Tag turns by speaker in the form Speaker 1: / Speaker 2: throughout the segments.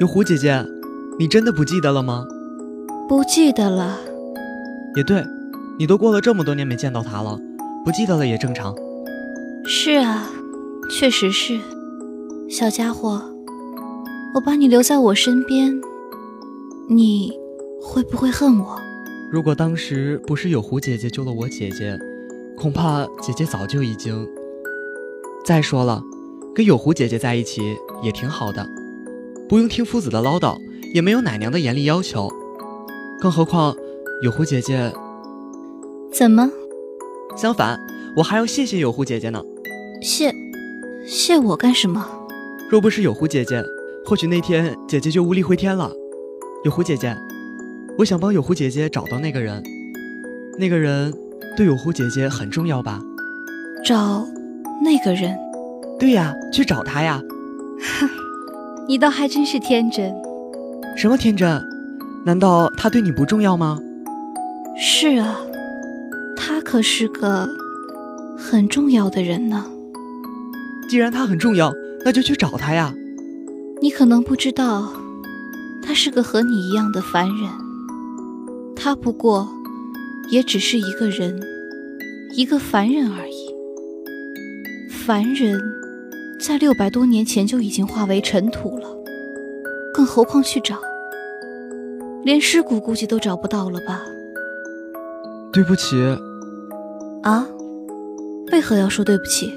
Speaker 1: 有虎姐姐，你真的不记得了吗？
Speaker 2: 不记得了。
Speaker 1: 也对，你都过了这么多年没见到她了，不记得了也正常。
Speaker 2: 是啊，确实是。小家伙，我把你留在我身边，你会不会恨我？
Speaker 1: 如果当时不是有胡姐姐救了我姐姐，恐怕姐姐早就已经……再说了，跟有胡姐姐在一起也挺好的，不用听夫子的唠叨，也没有奶娘的严厉要求。更何况有胡姐姐……
Speaker 2: 怎么？
Speaker 1: 相反，我还要谢谢有胡姐姐呢。
Speaker 2: 谢，谢我干什么？
Speaker 1: 若不是有胡姐姐，或许那天姐姐就无力回天了。有胡姐姐。我想帮有狐姐姐找到那个人，那个人对有狐姐姐很重要吧？
Speaker 2: 找那个人？
Speaker 1: 对呀，去找他呀！
Speaker 2: 你倒还真是天真。
Speaker 1: 什么天真？难道他对你不重要吗？
Speaker 2: 是啊，他可是个很重要的人呢。
Speaker 1: 既然他很重要，那就去找他呀。
Speaker 2: 你可能不知道，他是个和你一样的凡人。他不过也只是一个人，一个凡人而已。凡人在六百多年前就已经化为尘土了，更何况去找？连尸骨估计都找不到了吧？
Speaker 1: 对不起。
Speaker 2: 啊？为何要说对不起？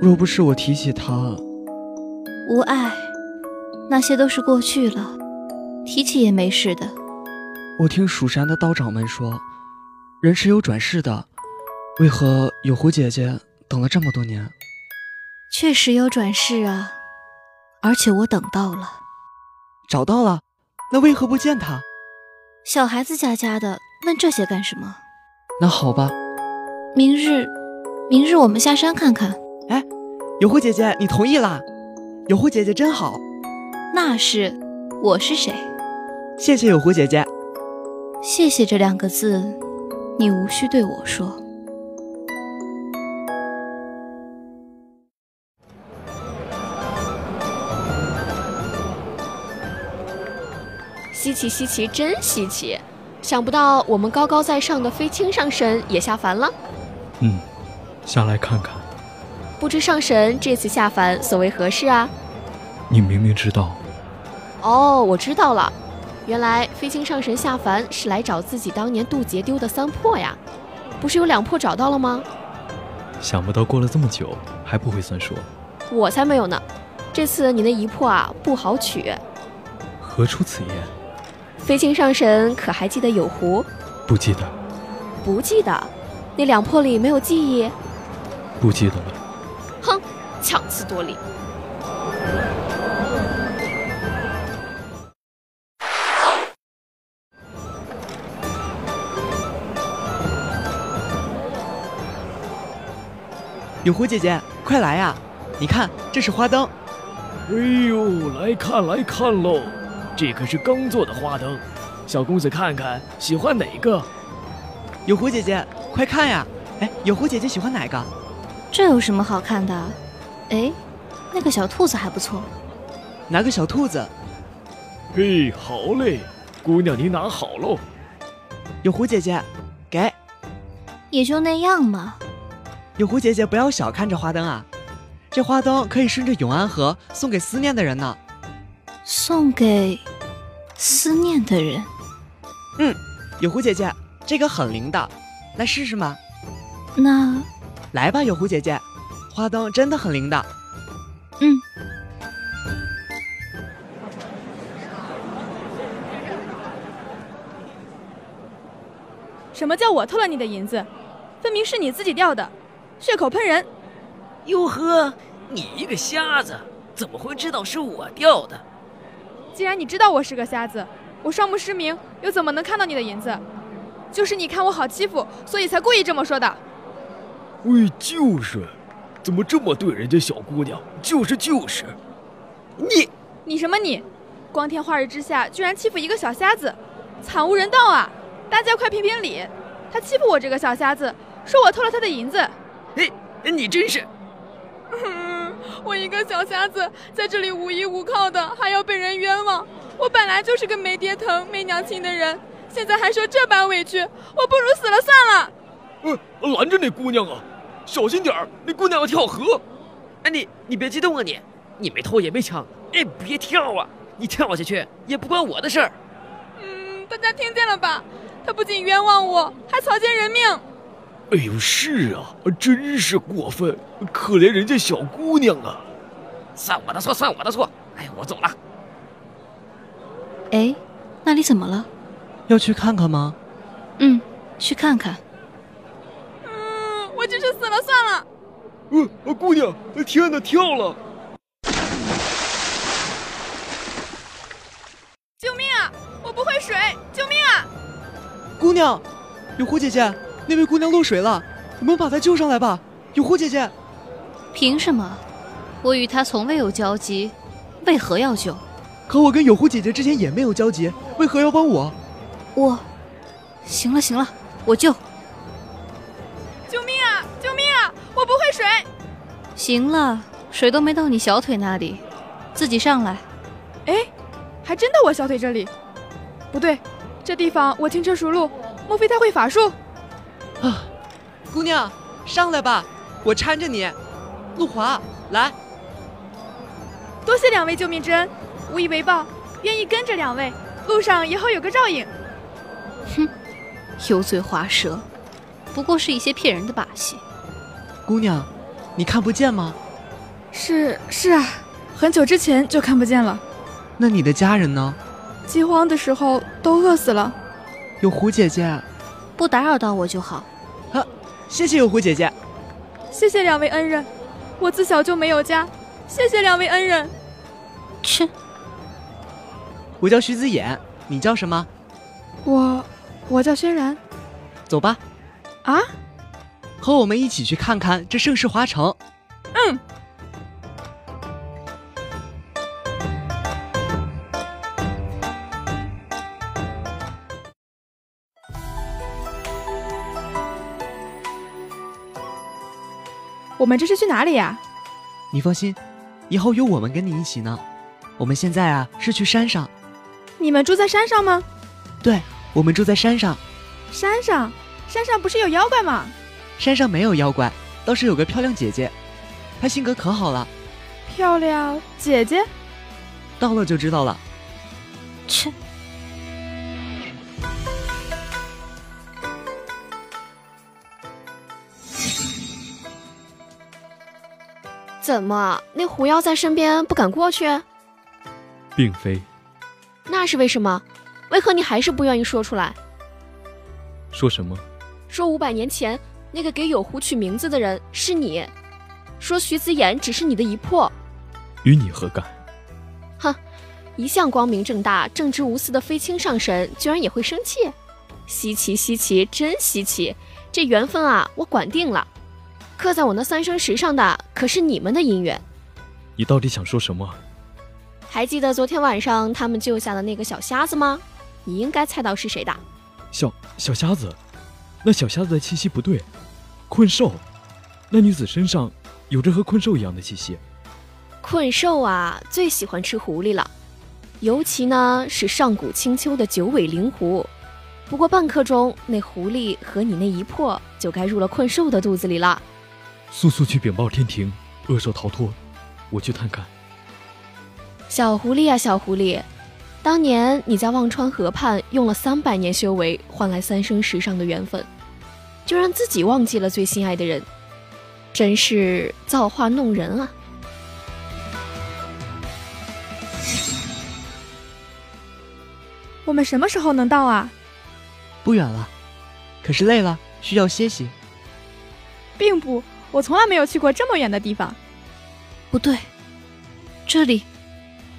Speaker 1: 若不是我提起他，
Speaker 2: 无碍，那些都是过去了，提起也没事的。
Speaker 1: 我听蜀山的道长们说，人是有转世的，为何有狐姐姐等了这么多年？
Speaker 2: 确实有转世啊，而且我等到了，
Speaker 1: 找到了，那为何不见她？
Speaker 2: 小孩子家家的，问这些干什么？
Speaker 1: 那好吧，
Speaker 2: 明日，明日我们下山看看。
Speaker 1: 哎，有狐姐姐，你同意啦？有狐姐姐真好。
Speaker 2: 那是，我是谁？
Speaker 1: 谢谢有狐姐姐。
Speaker 2: 谢谢这两个字，你无需对我说。
Speaker 3: 稀奇稀奇，真稀奇！想不到我们高高在上的飞青上神也下凡了。
Speaker 4: 嗯，下来看看。
Speaker 3: 不知上神这次下凡所为何事啊？
Speaker 4: 你明明知道。
Speaker 3: 哦，我知道了。原来飞青上神下凡是来找自己当年渡劫丢的三破呀，不是有两破找到了吗？
Speaker 4: 想不到过了这么久还不会算数，
Speaker 3: 我才没有呢！这次你那一破啊不好取。
Speaker 4: 何出此言？
Speaker 3: 飞青上神可还记得有狐？
Speaker 4: 不记得，
Speaker 3: 不记得，那两破里没有记忆。
Speaker 4: 不记得了。
Speaker 3: 哼，强词夺理。
Speaker 1: 有狐姐姐，快来呀、你看，这是花灯。
Speaker 5: 哎呦，来看来看喽，这可是刚做的花灯，小公子看看喜欢哪个？
Speaker 1: 有狐姐姐，快看呀！哎，有狐姐姐喜欢哪个？
Speaker 2: 这有什么好看的？哎，那个小兔子还不错。
Speaker 1: 拿个小兔子。
Speaker 5: 嘿，好嘞，姑娘你拿好喽。
Speaker 1: 有狐姐姐，给。
Speaker 2: 也就那样嘛。
Speaker 1: 有狐姐姐，不要小看这花灯啊！这花灯可以顺着永安河送给思念的人呢。
Speaker 2: 送给思念的人。
Speaker 1: 有狐姐姐，这个很灵的，来试试嘛。
Speaker 2: 那
Speaker 1: 来吧，有狐姐姐，花灯真的很灵的。
Speaker 2: 嗯，
Speaker 6: 什么叫我偷了你的银子？分明是你自己掉的，血口喷人！
Speaker 7: 哟呵，你一个瞎子怎么会知道是我掉的？
Speaker 6: 既然你知道我是个瞎子，我双目失明，又怎么能看到你的银子？就是你看我好欺负，所以才故意这么说的。
Speaker 5: 喂，就是，怎么这么对人家小姑娘？就是就是，
Speaker 7: 你
Speaker 6: 你什么你？光天化日之下，居然欺负一个小瞎子，惨无人道啊！大家快评评理！他欺负我
Speaker 7: 哎
Speaker 6: 这个小瞎子，说我偷了他的银子。
Speaker 7: 你真是
Speaker 6: 嗯，我一个小瞎子在这里无依无靠的，还要被人冤枉。我本来就是个没爹疼、没娘亲的人，现在还受这般委屈，我不如死了算了。
Speaker 5: 呃，拦着那姑娘啊，小心点儿，那姑娘要跳河。
Speaker 7: 哎，你你别激动啊你，你没偷也没抢，哎，别跳啊！你跳下去也不关我的事儿。
Speaker 6: 嗯，大家听见了吧？他不仅冤枉我，还草菅人命。
Speaker 5: 哎呦，是啊，真是过分，可怜人家小姑娘啊。
Speaker 7: 算我的错，算我的错。哎，我走了。
Speaker 2: 哎，那里怎么了？
Speaker 1: 要去看看吗？
Speaker 2: 嗯，去看看。
Speaker 6: 嗯，我只是死了算了。
Speaker 5: 呃，姑娘，天哪，跳了！
Speaker 6: 救命啊！我不会水，救命啊！
Speaker 1: 姑娘，有狐姐姐，那位姑娘落水了，我们把她救上来吧。有狐姐姐，
Speaker 2: 凭什么？我与他从未有交集，为何要救？
Speaker 1: 可我跟有狐姐姐之前也没有交集，为何要帮我？
Speaker 2: 我，行了行了，我救。
Speaker 6: 救命啊！救命啊！我不会水。
Speaker 2: 行了，水都没到你小腿那里，自己上来。
Speaker 6: 哎，还真到我小腿这里。不对，这地方我轻车熟路，莫非他会法术？
Speaker 1: 啊，姑娘，上来吧，我搀着你。路华，来。
Speaker 6: 多谢两位救命之恩，无以为报，愿意跟着两位，路上也好有个照应。
Speaker 2: 哼，油嘴滑舌，不过是一些骗人的把戏。
Speaker 1: 姑娘，你看不见吗？
Speaker 6: 是是啊，很久之前就看不见了。
Speaker 1: 那你的家人呢？
Speaker 6: 饥荒的时候都饿死了。
Speaker 1: 有狐姐姐，
Speaker 2: 不打扰到我就好。
Speaker 1: 谢谢有狐姐姐。
Speaker 6: 谢谢两位恩人，我自小就没有家，谢谢两位恩人。
Speaker 2: 吃，
Speaker 1: 我叫徐子衍，你叫什么？
Speaker 6: 我我叫轩然
Speaker 1: 走吧，
Speaker 6: 啊，
Speaker 1: 和我们一起去看看这盛世华城。
Speaker 6: 嗯。我们这是去哪里呀、
Speaker 1: 你放心，以后有我们跟你一起呢。我们现在啊是去山上，
Speaker 6: 你们住在山上吗？
Speaker 1: 对我们住在山上，
Speaker 6: 山上，山上不是有妖怪吗？
Speaker 1: 山上没有妖怪，倒是有个漂亮姐姐，她性格可好了，
Speaker 6: 漂亮姐姐，
Speaker 1: 到了就知道了。
Speaker 2: 吃。
Speaker 3: 怎么那狐妖在身边不敢过去？
Speaker 4: 并非
Speaker 3: 那是为什么？为何你还是不愿意说出来？
Speaker 4: 说什么
Speaker 3: 说五百年前那个给有狐取名字的人是你，说徐子言只是你的一破，
Speaker 4: 与你何干？
Speaker 3: 一向光明正大、正直无私的飞青上神，居然也会生气，稀奇稀奇，真稀奇！这缘分啊，我管定了。刻在我那三生石上的可是你们的姻缘。
Speaker 4: 你到底想说什么？
Speaker 3: 还记得昨天晚上他们救下的那个小瞎子吗？你应该猜到是谁的。
Speaker 4: 小小瞎子，那小瞎子的气息不对。困兽，那女子身上有着和困兽一样的气息。
Speaker 3: 困兽啊，最喜欢吃狐狸了，尤其呢是上古青丘的九尾灵狐。不过半刻钟，那狐狸和你那一破就该入了困兽的肚子里了。
Speaker 4: 速速去禀报天庭，恶兽逃脱。我去探看。
Speaker 3: 小狐狸啊，小狐狸，当年你在忘川河畔用了三百年修为换来三生石上的缘分，就让自己忘记了最心爱的人，真是造化弄人啊！
Speaker 6: 我们什么时候能到啊？
Speaker 1: 不远了，可是累了，需要歇息。
Speaker 6: 并不，我从来没有去过这么远的地方。
Speaker 2: 不对，这里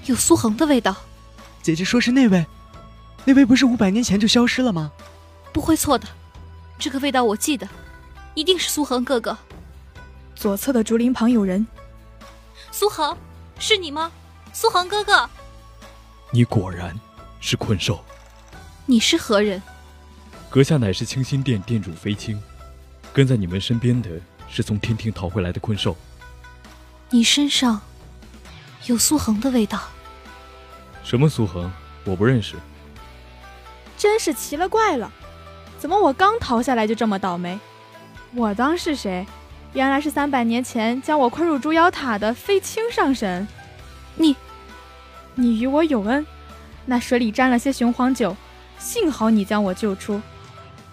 Speaker 2: 有苏恒的味道，
Speaker 1: 姐姐说是那位，那位不是五百年前就消失了吗？
Speaker 2: 不会错的。这个味道我记得，一定是苏恒哥哥。
Speaker 6: 左侧的竹林旁有人，
Speaker 2: 苏恒，是你吗？苏恒哥哥，
Speaker 4: 你果然是困兽。
Speaker 2: 你是何人？
Speaker 4: 阁下乃是清心殿殿主飞青，跟在你们身边的是从天庭逃回来的困兽。
Speaker 2: 你身上有苏恒的味道。
Speaker 4: 什么苏恒，我不认识。
Speaker 8: 真是奇了怪了，怎么我刚逃下来就这么倒霉？我当是谁？原来是三百年前将我困入猪妖塔的飞青上神。
Speaker 2: 你，
Speaker 8: 你与我有恩，那水里沾了些雄黄酒，幸好你将我救出，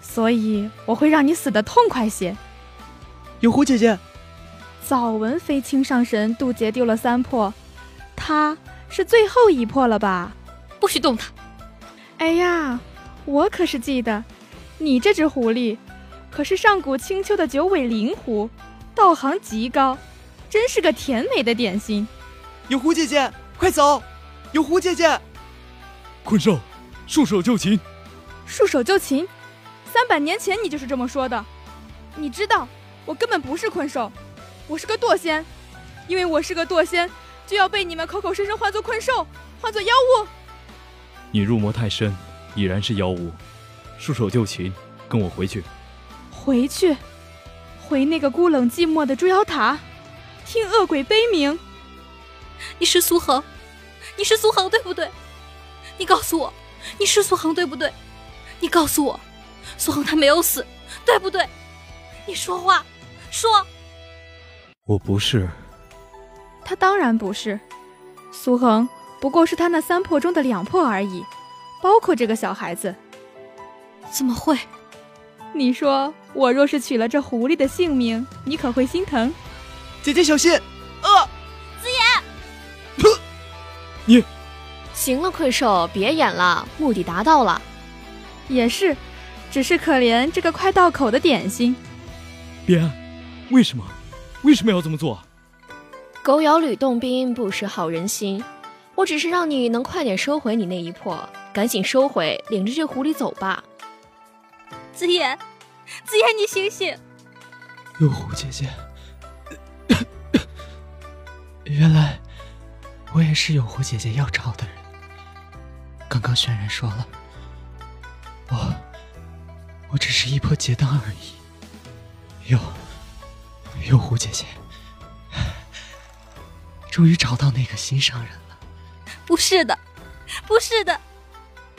Speaker 8: 所以我会让你死得痛快些。
Speaker 1: 有狐姐姐，
Speaker 8: 早闻飞青上神渡劫丢了三魄，他是最后一魄了吧？
Speaker 2: 不许动他！
Speaker 8: 哎呀，我可是记得，你这只狐狸可是上古青丘的九尾灵狐，道行极高，真是个甜美的点心。
Speaker 1: 有狐姐姐，快走！有狐姐姐，
Speaker 4: 困兽，束手就擒。
Speaker 8: 束手就擒，三百年前你就是这么说的。你知道，我根本不是困兽，我是个堕仙，因为我是个堕仙，就要被你们口口声声唤作困兽，唤作妖物。
Speaker 4: 你入魔太深，已然是妖物，束手就擒，跟我回去。
Speaker 8: 回去，回那个孤冷寂寞的猪妖塔，听恶鬼悲鸣。
Speaker 2: 你是苏恒，你是苏恒对不对？你告诉我，你是苏恒对不对？你告诉我，苏恒他没有死，对不对？你说话，说。
Speaker 4: 我不是，
Speaker 8: 他当然不是，苏恒不过是他那三破中的两破而已，包括这个小孩子。
Speaker 2: 怎么会？
Speaker 8: 你说我若是取了这狐狸的性命，你可会心疼？
Speaker 1: 姐姐小心！啊！
Speaker 2: 子言，
Speaker 4: 你
Speaker 3: 行了，困兽，别演了，目的达到了。
Speaker 8: 也是，只是可怜这个快到口的点心。
Speaker 4: 别啊安，为什么？为什么要这么做？
Speaker 3: 狗咬吕洞宾，不识好人心。我只是让你能快点收回你那一魄，赶紧收回，领着这狐狸走吧。
Speaker 2: 子言，子言，你醒醒！
Speaker 1: 有狐姐姐，原来我也是有狐姐姐要找的人。刚刚轩然说了，我我只是一波结当而已。有有狐姐 姐，终于找到那个心上人了。
Speaker 2: 不是的，不是的，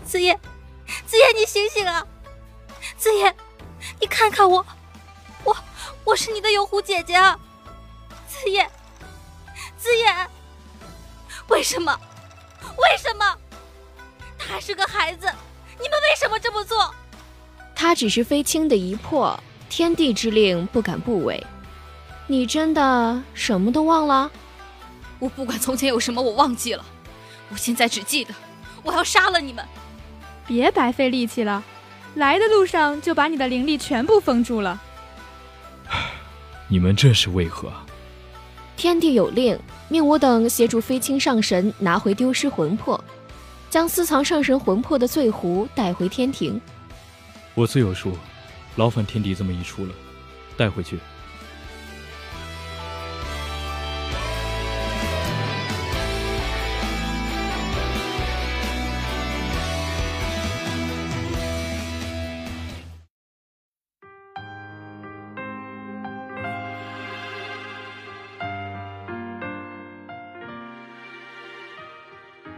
Speaker 2: 子言，子言，你醒醒啊！子言，你看看我，我我是你的有狐姐姐啊！子言，子言，为什么？为什么？他是个孩子，你们为什么这么做？
Speaker 3: 他只是飞青的一魄，天地之令不敢不为。你真的什么都忘了？
Speaker 2: 我不管从前有什么，我忘记了，我现在只记得我要杀了你们。
Speaker 8: 别白费力气了。来的路上就把你的灵力全部封住了。
Speaker 4: 你们这是为何？啊
Speaker 3: 天地有令，命我等协助飞青上神拿回丢失魂魄，将私藏上神魂魄的醉狐带回天庭。
Speaker 4: 我自有数，劳烦天帝这么一出了，带回去。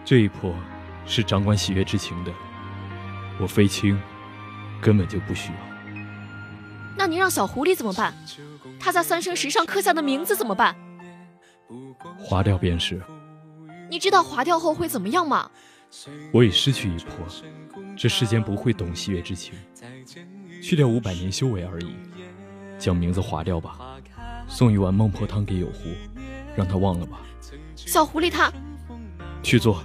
Speaker 4: 这一波是掌管喜悦之情的，我飞青根本就不需要。
Speaker 3: 那你让小狐狸怎么办？他在三生石上刻下的名字怎么办？
Speaker 4: 划掉便是。
Speaker 3: 你知道划掉后会怎么样吗？
Speaker 4: 我已失去一魄，这世间不会懂喜悦之情。去掉五百年修为而已，将名字划掉吧。送一碗孟婆汤给有狐，让他忘了吧。
Speaker 3: 小狐狸他。
Speaker 4: 去做。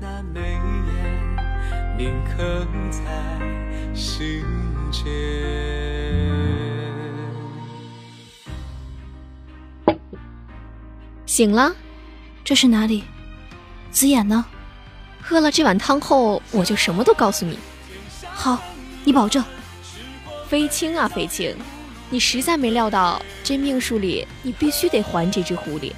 Speaker 9: 那眉眼铭刻在心间。
Speaker 3: 醒了，
Speaker 2: 这是哪里？子眼呢？
Speaker 3: 喝了这碗汤后，我就什么都告诉你。
Speaker 2: 好，你保证。
Speaker 3: 飞青啊飞青，你实在没料到，这命数里你必须得还这只狐狸。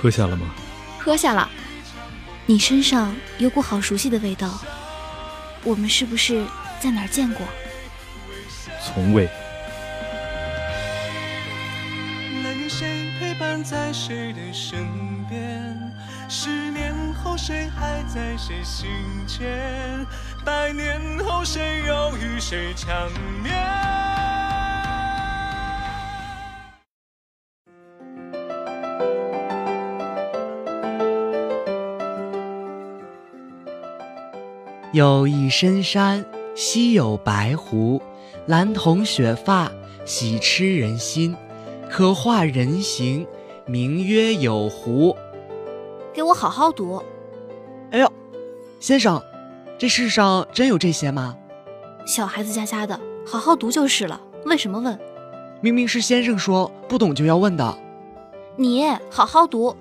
Speaker 4: 喝下了吗？
Speaker 3: 喝下了。
Speaker 2: 你身上有股好熟悉的味道，我们是不是在哪儿见过？
Speaker 4: 从未。
Speaker 9: 有谁陪伴在谁的身边？十年后谁还在谁心间？百年后谁又与谁缠绵？
Speaker 1: 有一深山，西有白狐，兰桐雪发，喜痴人心。可化人形，名曰有狐。
Speaker 2: 给我好好读。
Speaker 1: 哎呦，先生，这世上真有这些吗？
Speaker 2: 小孩子家家的，好好读就是了。问什么问？
Speaker 1: 明明是先生说不懂就要问的。
Speaker 2: 你好好读，